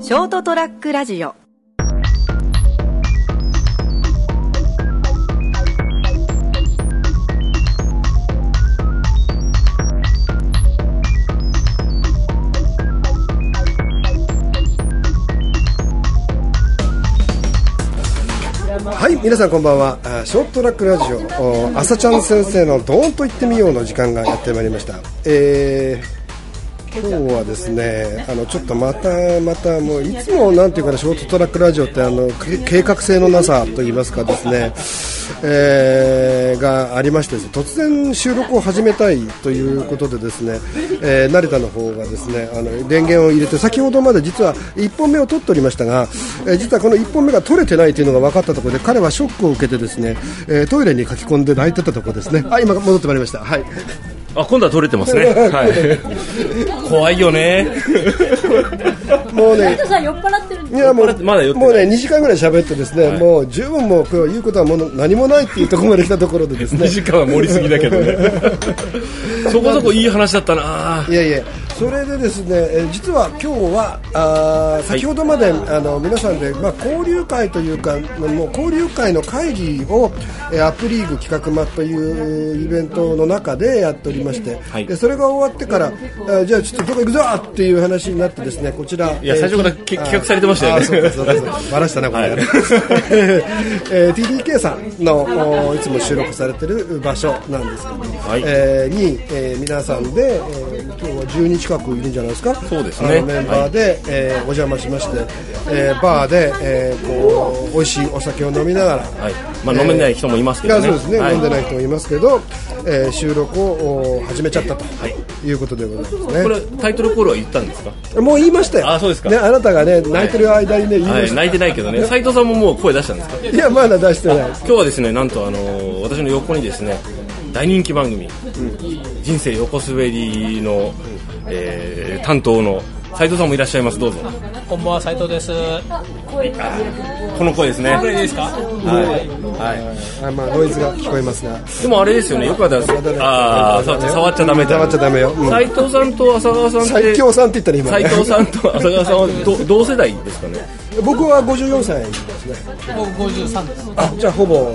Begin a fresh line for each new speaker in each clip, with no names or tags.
ショートトラックラジオ
はい皆さんこんばんはあーショートトラックラジオお朝ちゃん先生のドーンと言ってみようの時間がやってまいりました、えー今日はですねあのちょっとまたまたもういつもなんていうかなショートトラックラジオってあのけ計画性のなさと言いますかですね、えーがありましてですね突然収録を始めたいということでですね、えー成田の方がですねあの電源を入れて先ほどまで実は1本目を取っておりましたが、えー実はこの1本目が取れてないというのが分かったところで彼はショックを受けてですね、えートイレに書き込んで泣いてたところですねあ今戻ってまいりましたはい
あ今度は取れてますね、 はい、怖いよね
もうね
ちょっとさん酔っ払ってるんで
いやも
酔っ払ってまだ酔
う
ってな
も
いう
ね2時間ぐらい喋ってですね、
い
もう十分もう今日言うことはもう何もないっていうところまで来たところでですね
2時間は盛りすぎだけどねそこそこいい話だったない
やいや、それでですね、えー実は今日はあー先ほどまで、あの皆さんで、まあ、交流会というか、もう交流会の会議を、えーアップリーグ企画マというイベントの中でやっておりまして、
はい
でそれが終わってから、あーじゃあちょっとどこ行くぞっていう話になってですね、こちら。
いや最初から
き
け企画されてましたよね
あーそうかそうかそうかバラしたな、これ、 ねえー TDK さんのおーいつも収録されてる場所なんですけど、
はい
えーに、えー皆さんで、えー今日は10人近くいるんじゃないですか
そうですね
あのメンバーで、えーお邪魔しまして、えーバーで、えーこう美味しいお酒を飲みながら、
はいまあ飲めない人もいますけどね
いやそうですね、
はい
飲んでない人もいますけど、えー収録をお始めちゃったと、
い
い、うことでございますね
これタイトルコールは言ったんですか、
もう言いましたよ
あそうですか
ね、あなたがね泣いてる間にね、言いま
は
し
い、
た、
泣いてないけどね斉藤さんももう声出したんですか
いやまだ出してない
今日はですねなんとあのー私の横にですね大人気番組「人生横滑りの」えー担当の斉藤さんもいらっしゃいますどうぞ
こんばんは斉藤です。
この声ですね
これでいいですか？
はい、はい
あまあノイズが聞こえますが
でもあれですよね、よくあったら、ああ、触っちゃ触っちゃダメだ。
黙っちゃダメよ、うん
斉藤さんと浅川さんって、
最強さんって言ったら今、
斉藤
ね、
さ んと浅川さんはど同世代ですかね。
僕は54歳ですね
僕五十三です。
あじゃあほぼ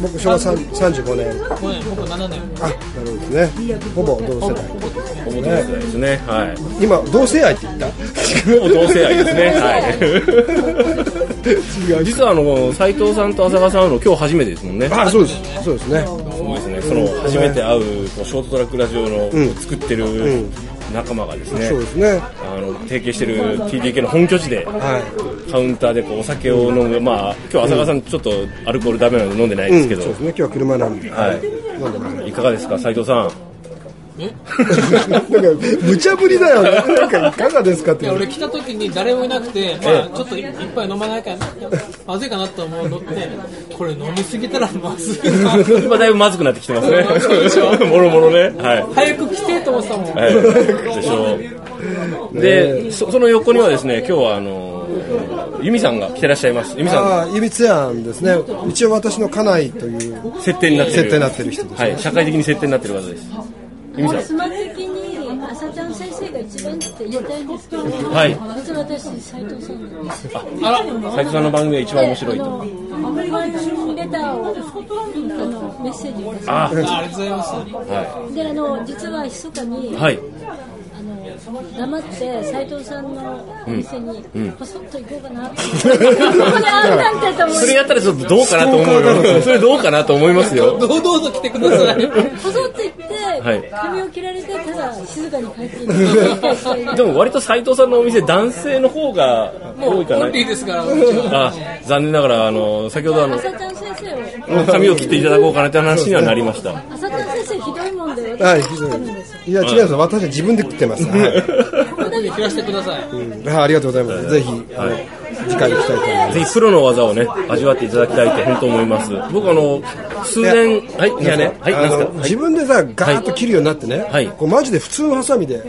僕昭和さん35年
五年僕七年。
あなるほどですねほぼ同世代
ほぼ同世代ですね。はい。
今同性愛って言った
ほぼ同世代です ね。はい。実はあの斉藤さんと浅川さん会うの今日初めてですもんね。
あそうですそうですね
すごいですね。その初めて会うこうショートトラックラジオの作ってる仲間がですね
そう。ですね
あの提携してる TDK の本拠地で、カウンターでこうお酒を飲む、まあ今日浅川さんちょっとアルコールダメなので飲んでないですけ
そう
ど、
ですね今日は車なんで
はい
飲んでます
いかがですか斉藤さ ん
なんか無茶ぶりだよねなんかいかがですかって
いや俺来た時に誰もいなくて、まあ、ちょっと一杯飲まないからまずいかなと思うのってこれ飲みすぎたらまずい な
今だいぶまずくなってきてますね
そうでしょ
もろもろねはい、
早く来てと思ってたもん、
はい、でしょうでそその横にはですね今日はあの由美さんが来てらっしゃいます由美さん
ああいびつやんですね一応私の家内という
設定になってる
設定になってる人です
はい社会的に設定になってる方です由美さん
スマ的に朝ちゃん先生が一番って言いたいんですけど、
はい
実は私斉藤さんなんです。
あら
斉藤さんの番組が一番面白いと
と。番組レターをあのメッセージを出し
あ
ま
あありがとうございます
は
す。であの実は密かに、
い、はい
あの黙って斉藤さんのお店にこそっと行こうかなって。ここで会うなんてと思っ
それ
て。
やったらちょっとどうかなと思うよ。それどうかなと思いますよ。
堂々と来てください
こそっと行って、
はい
髪を切られてただ静かに 帰っていく。
でも割と斉藤さんのお店、男性の方が 多いか
オ
な
ン。リーですから私は
あ、残念ながら、あの、先ほどあの
朝、ちゃん先生を
髪を切っていただこうかなって話にはなりました。
朝ちゃん先生ひどいもんで私
はい
切ってるんですよ
いや違うんですよ私は自分で食ってます、はい
ここだけ
切らせてください
あありがとうございます。ぜひ、あの、次回行きたいと思います。
ぜひプロの技をね、味わっていただきたいと本当思います。僕あの、数年、はい、いやね、はい、
あ
なんす
の
か、はい
自分でさ、ガーッと切るようになってね、
はい
こうマジで普通のハサミで、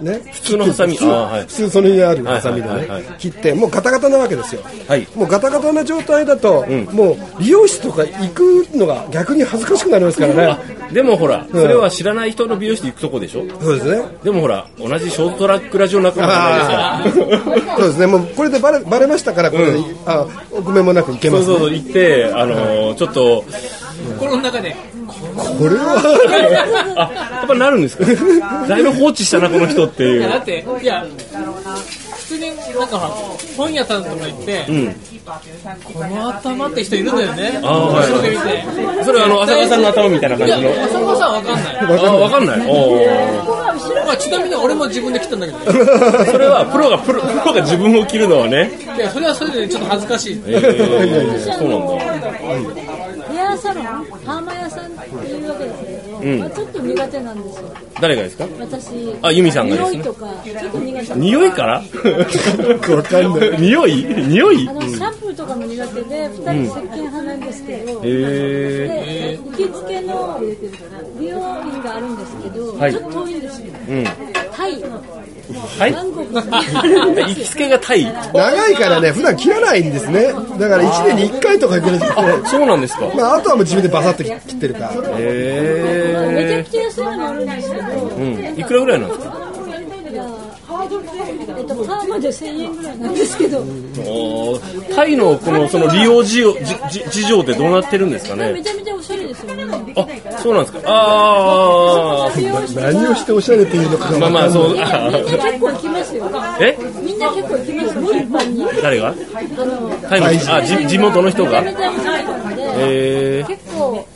ね、普
通のハサミ
普通
あーはい
普通その家あるハサミで
は
ね
いはいはいは、
切って、もうガタガタなわけですよ。
はい
もうガタガタな状態だと、もう美容室とか行くのが逆に恥ずかしくなりますからね。
でもほら、それは知らない人の美容室行くとこでしょ
そうですね。
でもほら、同じショートトラックラジオ仲間じゃないです か。
そうですね。もうこれでバレバレましたから、これで、あ、お米もなくいけ
そ
ま
う
す、
そ
ね
う。そう、行って、あのーちょっと、
心の中で
これは
あ、やっぱなる んですかだいぶ放置したな、この人ってい
いやだ
う。
っていや普通になんかほら本屋さんとか行って、
うん。
この頭って人いるんだよね
あーはい
後ろで見て
それは あの、浅川さんの頭みたいな感
い
じの。
や浅川さんわかんない
あ、わかん ない。おー
まあ、ちなみに俺も自分で切ったんだけど
それは、プロが、プロ、プロが自分を切るのはね。
いやそれはそれでちょっと恥ずかしい
えー、そうなんだ。
ヘアサロンパーマ屋さんっていうわけですけれど、まあ、ちょっと苦手なんですよ
誰がですか
私
あ由美さんがですね
匂いとかちょっと苦手
匂いから
わかんない
匂い匂い
あのシャンプーとかも苦手で、二人石鹸派なんですけど、
へ
で受付の美容院があるんですけど、
はい
ちょっと遠いんですよ、
うん。
タイ、
はい
バンコクに
行きつけがタイ。
長いからね、普段切らないんですね。だから1年に1回とか行くんですけど、
そうなんですか。
まあ、あとはもう自分でバサッと切ってるから。
めちゃ
へ
くちゃ安いのもあるんですけど、
え。いくらぐらいなんですか。
いやえっと、パーマで1000円ぐらいなんですけど、
おータイのこのその利用事情じじ事情ってどうなってるんですか
め
ね。
ちゃめちゃおしゃれですよね。
あ、そうなんですか。あ
美容室が
何をしておしゃれっていうのか
あ。
が
まあまあそう。あ
みんな結構行きますよ。
え？
みんな結構行きます。もう一般に。
誰が？
あの、
タイの人あじ地元の人が。
めちゃめちゃ行くので。
えー
結構、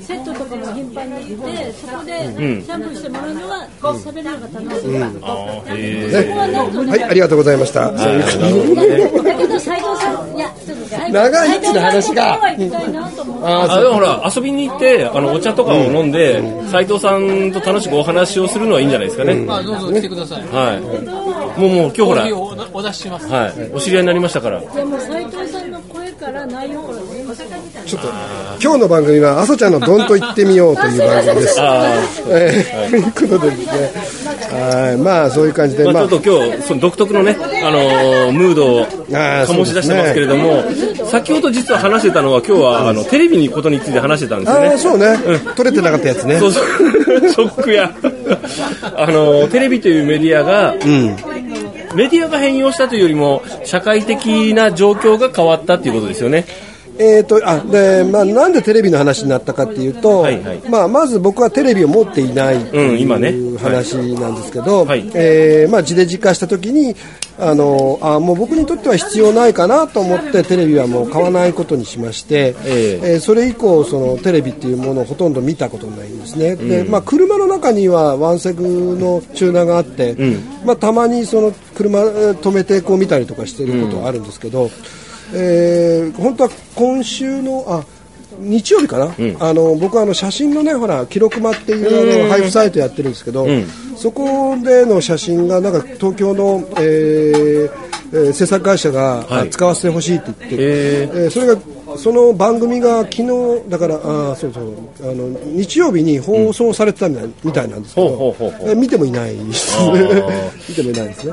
セットとかも頻繁に行って、そこでシャンプーしてもらうのは、喋るのが楽しい、
あーへ
ね
ー
はい、ありがとうございました。
だけど斉藤さん、いや、ちょっと斉藤
長いっちゅう話が
斉藤さんとこは行きたいなと思って、
あでもほら遊びに行ってあのお茶とかを飲んで斉藤さんと楽しくお話をするのはいいんじゃないですかね。
まあどうぞ来てください、
はい。もうもう今日ほ
コ
ら
ーヒーをおお出しします、
はいお知り合いになりましたから。
でも斉藤さんの声から内容から全部、
ちょっと、今日の番組は、あそちゃんのどんと言ってみようという番組です。
あ
えーという ことでですね、はい、まあ、そういう感じで、
ま
ま
あ、
あ
ちょ、っと今日その独特のね、あのームードを
あー
醸し出してますけれども、先ほど実は話してたのは、今日はあのテレビにことについて話してたんですよ
ああ、
ね。
そうね、取れてなかったやつね。
そう そうショックや、あのーテレビというメディアが、メディアが変容したというよりも、社会的な状況が変わったということですよね。
えーとあでまあ、なんでテレビの話になったかっていうと、
はいはい
まあ、まず僕はテレビを持っていないって
うん今ね
いう話なんですけど、
はい
えーまあ、自デジ化した時にあのあもう僕にとっては必要ないかなと思ってテレビはもう買わないことにしまして、
ええ
えーそれ以降そのテレビっていうものをほとんど見たことないんですね、でまあ、車の中にはワンセグのチューナーがあって、まあ、たまにその車えー止めてこう見たりとかしてることはあるんですけど、えー本当は今週のあ日曜日かな、あの僕はあの写真のねほら記録間っていうあの配布サイトやってるんですけど、そこでの写真がなんか東京の、えーえー制作会社が、
はい
使わせてほしいって言って、
え
えーそれがその番組が昨日だからあーそうそうあの日曜日に放送されてたみたい,、みたいなんですけ
ほう
ど
ほうほうほう
え見てもいないですね 見てもいないですね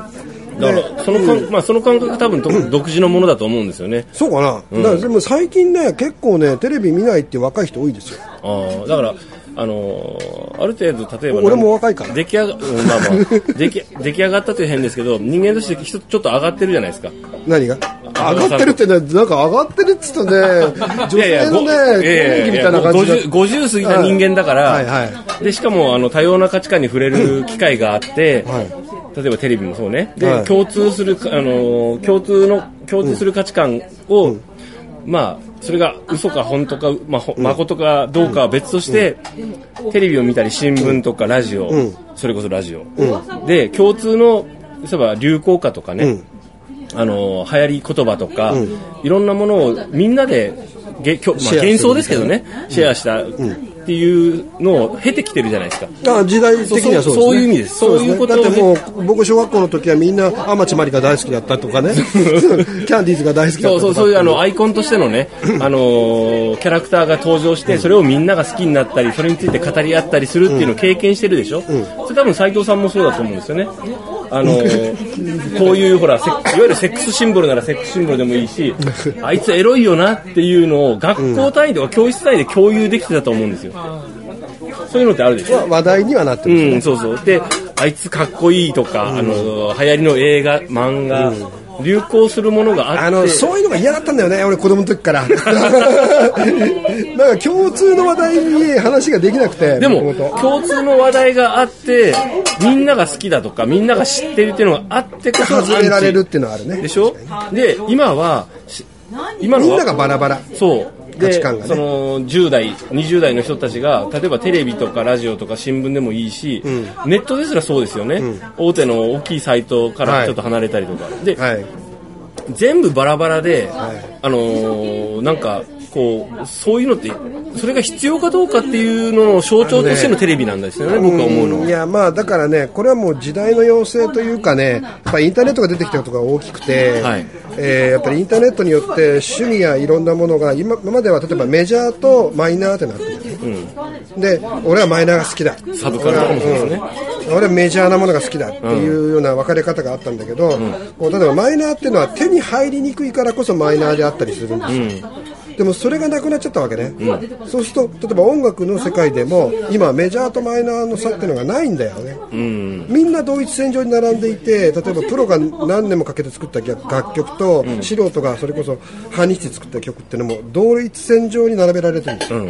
だからその感、まあ、その感覚、多分と 独自のものだと思うんですよね。
そうかな、だからでも最近ね結構ねテレビ見ないって若い人多いですよ
あーだから、あのーある程度、例えば、
俺も若いから
出来上が、うんまあまあ、出来出来上がったという変ですけど、人間として一つちょっと上がってるじゃないですか。
何が
あ
上がってるってねなんか上がってるっつうと ね女性の
ごい
ね
やいや
雰囲気
い
み
や
たいな感じが
50 50過ぎた人間だから、
はいは
で、しかも、あの、多様な価値観に触れる機会があって、
は
例えばテレビもそうね。で、
はい
共通するか、あのー共通の、共通する価値観を、まあ、それが嘘か本当か、まあ、ほ誠かどうかは別として、テレビを見たり新聞とかラジオ、
ん
それこそラジオ、で共通の例えば流行歌とかね、あの流行り言葉とか、いろんなものをみんなでげきょ、まあ、
シェアする
幻想ですけどね、シェアしたっていうのを経てきてるじゃないですか。
あ時代的にはそうですね
そうそういう意味です
そう
そういう
ね
こと
だ
を
っ
ね
てもう僕小学校の時はみんな天地真理が大好きだったとか ねキャンディーズが大好きだった
そ
と
うそ
か
うそういうあのアイコンとしてのね、あのーキャラクターが登場して、それをみんなが好きになったり、それについて語り合ったりするっていうのを経験してるでしょ、それ多分斉藤さんもそうだと思うんですよね、あのーこういうほら、セいわゆるセックスシンボルならセックスシンボルでもいいし、あいつエロいよなっていうのを学校単位とか教室単位で共有できてたと思うんですよ。そういうのってあるでしょ
まあ話題にはなってます
うん、そうそう。で、あいつかっこいいとか、あの、流行りの映画、漫画、流行するものがあって、
あのそういうのが嫌だったんだよね、俺、子供の時 から。なんか共通の話題に話ができなくて、
でも
元々、
共通の話題があって、みんなが好きだとか、みんなが知ってるっていうのがあってこそ、
外れられるっていうのはあるね
でしょで、今は、し今の
みんな
は
がバラバラ、
そう。
価
で、
値観がね
その10代、20代の人たちが、例えばテレビとかラジオとか新聞でもいいし、ネットですらそうですよね、大手の大きいサイトか
は
ら
い
ちょっと離れたりとか。で、
はい、
全部バラバラで、あのーなんか、こう、そういうのって、それが必要かどうかっていうのの象徴としてのテレビなんですよね、僕は思うの
うん
は。
いやまあだからねこれはもう時代の要請というかねやっぱインターネットが出てきたことが大きくて、
はい
えーやっぱりインターネットによって趣味やいろんなものが今今までは例えばメジャーとマイナーってなってる、で俺はマイナーが好きだ
サブカルとかもそうですね。
俺はメジャーなものが好きだっていうような分かれ方があったんだけど、こう例えばマイナーっていうのは手に入りにくいからこそマイナーであったりするんですよ、でもそれがなくなっちゃったわけね、そうすると例えば音楽の世界でも今メジャーとマイナーの差っていうのがないんだよね、みんな同一線上に並んでいて例えばプロが何年もかけて作った楽曲と、素人がそれこそ半日で作った曲っていうのも同一線上に並べられてるんですよ、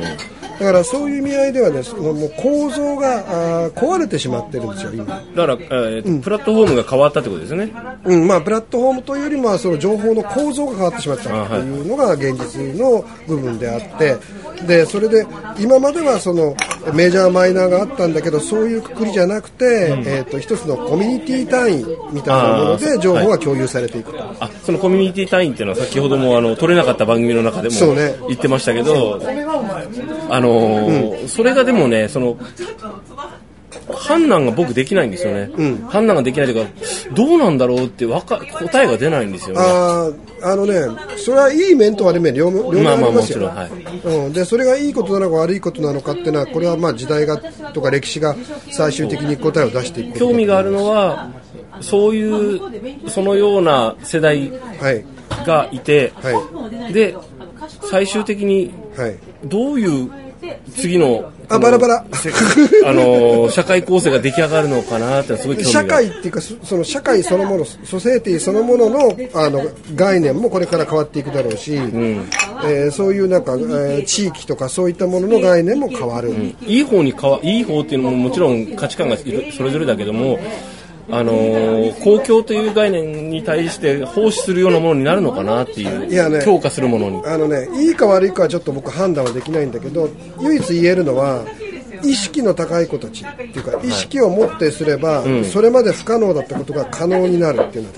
だからそういう意味合いではねそのもう構造があー壊れてしまってるんですよ今、
だから、えープラットフォームが変わったってことですね。
うんまあ、プラットフォームというよりもはその情報の構造が変わってしまった
あ
と
はい
いうのが現実の部分であってでそれで今まではそのメジャーマイナーがあったんだけどそういうくくりじゃなくて、えー、と一つのコミュニティ単位みたいなもの
あ
で
ー
情報が共有されていくと。
あそのコミュニティ単位っていうのは先ほどもあの取れなかった番組の中でも
そうね
言ってましたけど、あのーそれがでもねその判断が僕できないんですよね、判断ができないというかどうなんだろうってわか答えが出ないんですよね
あーあのね、それはいい面と悪い面両面両面
まあまあ
りますよ、
もち
うん、でそれがいいことなのか悪いことなのかっていうのはこれはまあ時代がとか歴史が最終的に答えを出していくことだと
興
思う
味があるのはそういうそのような世代
はい
がいて、
は
で最終的に
いはい
どういう次の
あバラバ ラ
あのー社会構成が出来上がるのかなってすごい興味が
社会っていうかそその社会そのものソセーティそのもののあの概念もこれから変わっていくだろうし、えーそういうなんか、えー地域とかそういったものの概念も変わる、
いい方に変わいい方っていうのももちろん価値観がいろそれぞれだけども、あのー公共という概念に対して奉仕するようなものになるのかなっていう
いやね
強化するものに
あのねいいか悪いかはちょっと僕判断はできないんだけど唯一言えるのは意識の高い子たちっていうか意識を持ってすれば、それまで不可能だったことが可能になるっていうの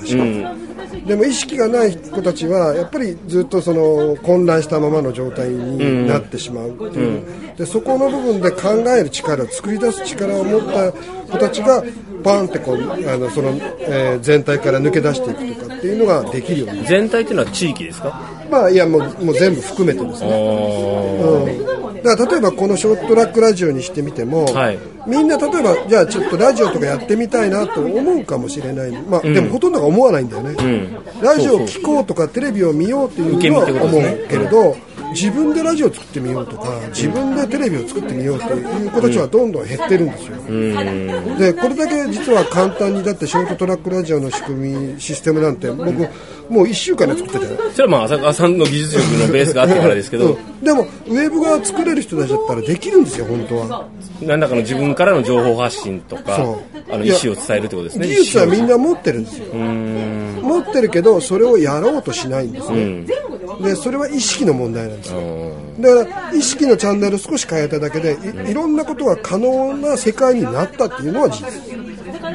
は確かに、でも意識がない子たちはやっぱりずっとその混乱したままの状態になってしまうっていう、でそこの部分で考える力を作り出す力を持った子たちがバンってこうあのその、えー全体から抜け出していくとかっていうのができるようになる
全体っていうのは地域ですか
まあいやもうもう全部含めてですね
あー
うんだから例えばこのショートトラックラジオにしてみても、
はい
みんな例えばじゃあちょっとラジオとかやってみたいなと思うかもしれない、まあでもほとんどが思わないんだよね、ラジオを聞こうとかテレビを見ようっていうのは
受け身ってこと
思
ですね
うけれど自分でラジオを作ってみようとか自分でテレビを作ってみようという子たちはどんどん減ってるんですよ、でこれだけ実は簡単にだってショートトラックラジオの仕組みシステムなんて僕もう1週間で作ってたよ
それはまあ浅川さんの技術力のベースがあってからですけど
うんでもウェブが作れる人たちだったらできるんですよ本当は
何らかの自分からの情報発信とか
そう
あの
い
意
や
思を伝えるってことですね
技術は
意思
みんな持ってるんですよ持ってるけどそれをやろうとしないんですね、でそれは意識の問題なんですよだから意識のチャンネルを少し変えただけでいいろんなことが可能な世界になったっていうのは事実
を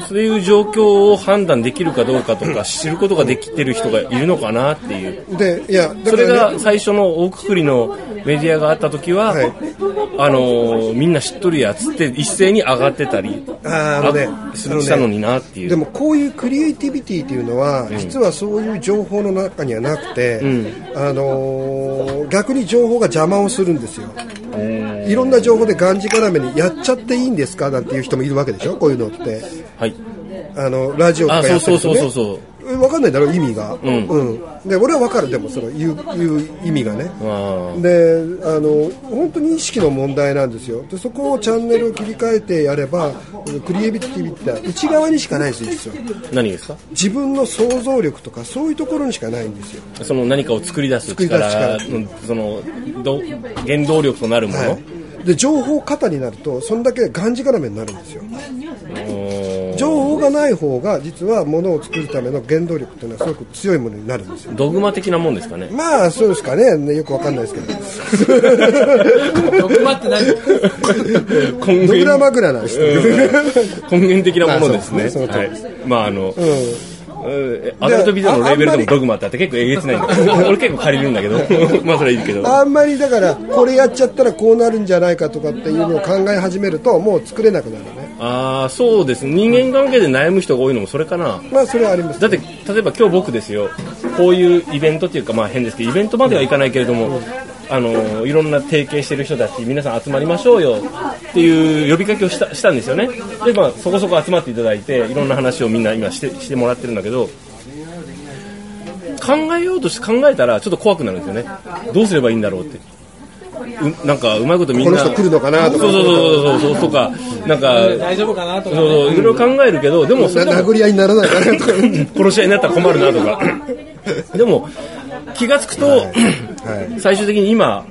そういう状況を判断できるかどうかとか知ることができてる人がいるのかなっていう
でいやだ
そ
か
れ
ら、ね、
が最初の大くくりのメディアがあった時は、
はい
あのーみんな知っとるやつって一斉に上がってたり
あーあのね
あするしたのになっていう
でもこういうクリエイティビティっていうのは、実はそういう情報の中にはなくて、あのー逆に情報が邪魔をするんですよ、いろんな情報でがんじがらめにやっちゃっていいんですかなんていう人もいるわけでしょこういうのって
はい。
あのラジオとかやって
あそうそうそうそう
分かんないだろ意味が、うんで俺は分かるでもその言う言う意味がね
あ
であの本当に意識の問題なんですよでそこをチャンネルを切り替えてやればクリエイティビティって内側にしかないんですよ実は
ー何ですか
自分の想像力とかそういうところにしかないんですよ
その何かを作り出す力、
作り
うんそのど原動力となるもの、
はい、で情報過多になるとそんだけがんじがらめになるんですよ
おー
情報がない方が実はものを作るための原動力っていうのはすごく強いものになるんですよ
ドグマ的なもんですかね。
まあそうですかねねよくわかんないですけど
ドグマって何
根
ドグラ
源
マグラなんですけど
根源的なものですね。
あそうねその通り
はい。まああの、えアダルトビデオのレーベルでもドグマってあって結構えげつないんだけど、俺結構借りるんだけど、 まあそれはいいけど。
あんまりだからこれやっちゃったらこうなるんじゃないかとかっていうのを考え始めるともう作れなくなるね
ああそうですね人間関係で悩む人が多いのもそれかな
まあそれはあります
だって例えば今日僕ですよこういうイベントっていうかまあ変ですけどイベントまではいかないけれどもあのいろんな提携してる人たち皆さん集まりましょうよっていう呼びかけをしたしたんですよねでまあそこそこ集まっていただいていろんな話をみんな今してしてもらってるんだけど考えようとして考えたらちょっと怖くなるんですよねどうすればいいんだろうってうなんかうまいことみんな
この人来るのかなとか
そうそうそうそうそうとかなんか
大丈夫かなとか
そう
ね
そういろいろ考えるけどでもそれでも
殴り合いにならないかなとか
殺し合いになったら困るな とかでも気が付くと、
はい
最終的に今、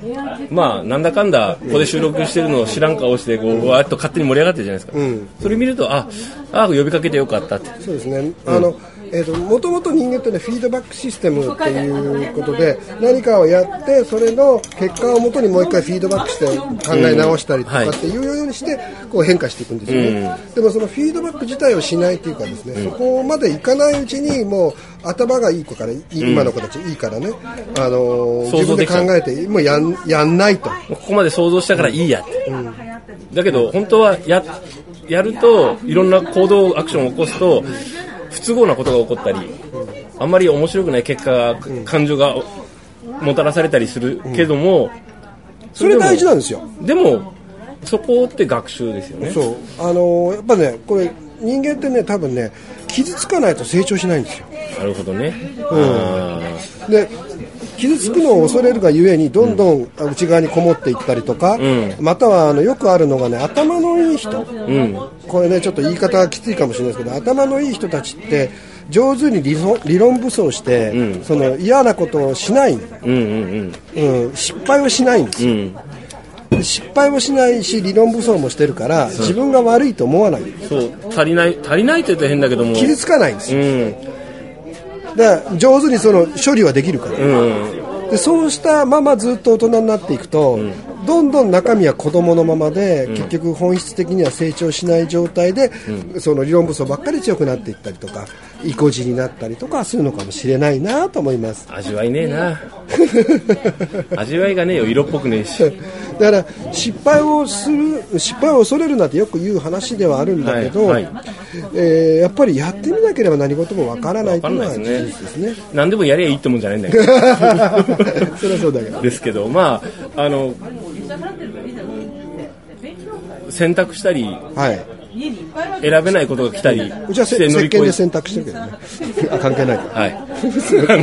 まあ、なんだかんだここで収録してるのを知らん顔してこうわーっと勝手に盛り上がってるじゃないですか、
うん
それ見るとああ呼びかけてよかったって
そうですねあの、えー、ともともと人間ってねフィードバックシステムっていうことで何かをやってそれの結果をもとにもう一回フィードバックして考え直したりとかっていうようにしてこう変化していくんですよね、でもそのフィードバック自体をしないというかですね、そこまでいかないうちにもう頭がいい子からい今の子たちいいからね、あのー
想
自分
像で
で
きた
考えてもうやんやんないと。
ここまで想像したからいいやって、だけど本当はややるといろんな行動アクションを起こすと不都合なことが起こったりあんまり面白くない結果が感情がもたらされたりするけども、
それ大事なんですよ
でもそこって学習ですよね
そうあのーやっぱねこれ人間ってね多分ね傷つかないと成長しないんですよ
なるほどね、あ
で傷つくのを恐れるがゆえにどんどん内側にこもっていったりとか、
ん
またはあのよくあるのがね頭のいい人、
ーうん
これねちょっと言い方がきついかもしれないですけど頭のいい人たちって上手に理論理論武装して、その嫌なことをしない、
うんうんうん
うん、失敗をしないんですよ、
ん
で失敗もしないし理論武装もしてるから自分が悪いと思わない
そう足りない足りないって言ったら変だけども
傷つかないんです
う
よ
ん
だから上手にその処理はできるから、
うん
でそうしたままずっと大人になっていくと、どんどん中身は子供のままで、結局本質的には成長しない状態で、その理論武装ばっかり強くなっていったりとか意固地になったりとかするのかもしれないなと思います
味わいねえ な味わいがねえよ色っぽくねえし
だから失敗をする失敗を恐れるなんてよく言う話ではあるんだけど、
はいは
えーやっぱりやってみなければ何事もわからないというのは
わか
事
ん
実
ない
で
です
すね。
何でもやりゃいいってもんじゃないんだけど
それはそうだけど
ですけどまああの選択したり
はい
選べないことが来たり
うちはせ
して乗
石
り
鹸
越
で
え
選択してるけどねあ関係ないか
はい。あ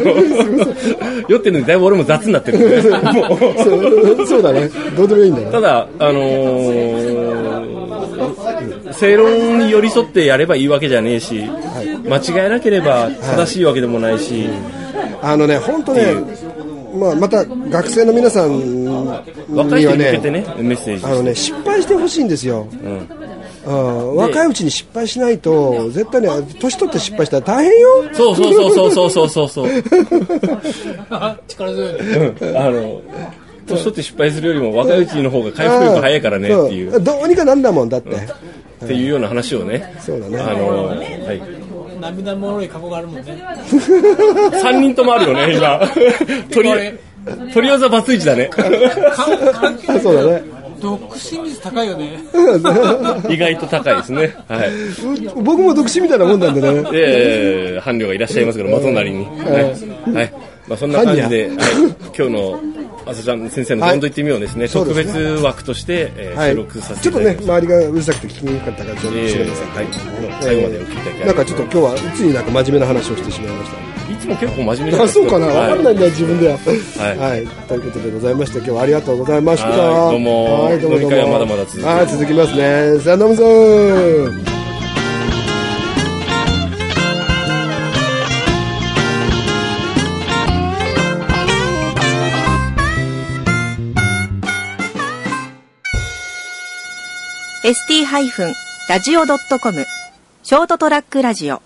の、酔ってるのにだいぶ俺も雑になって る。もう
そうそうだねどうでもいいんだよ
ただ、あのー正論に寄り添ってやればいいわけじゃねえし、間違えなければ正しいわけでもないし、
あのね、本当ね、まあ、また学生の皆さんに
若い人
は
に向けて
ね、
ね、メッセージ
あ。のね失敗してほしいんですよ、うん、若いうちに失敗しないと、絶対ね、年取って失敗したら大変よ、
そうそうそ うそうそうそうそう。
あ力強いね
あの、年取って失敗するよりも若いうちの方が回復力早いからねってい、
そううどうにかなんだもんだって、
っていうような話をね、
そうだ
あ
ね、
のーはい。
涙もろい過去があるもんね
三人ともあるよね、今。 とりあえず、とりあえずはバツイチだね。
関係ない
そうだね、
ドックシ率高いよね
意外と高いですね。はい。
う僕も独身みたいなもんなんでね、
で、伴侶がいらっしゃいますけど、まとなりに。はい。はい。まあ、そんな感じで、はい今日の朝ちゃん先生のどんどん行ってみようですね、
そうで
特
すね
別枠として、えー
は
収
い、
録させ
ち
て
ょった
い
と
だ
ね
きます。
周りがうるさくて聞きにくかった感じかも
え
しれません、
ーはい最後までお聞きいただきあり
なん
がと
か
うございます
ちょっと今日はうつになく真面目な話をしてしまいまし
いつも結構真面目
たあそうかな、わかんないいんだよ自分ではは
はい
はい、ということでございまして今日はありがとうございました
はいどうも
はいどうもどうも
飲み会はまだまだ続きます
はい続きますねさあ飲むぞー
ST-radio.com ショートトラックラジオ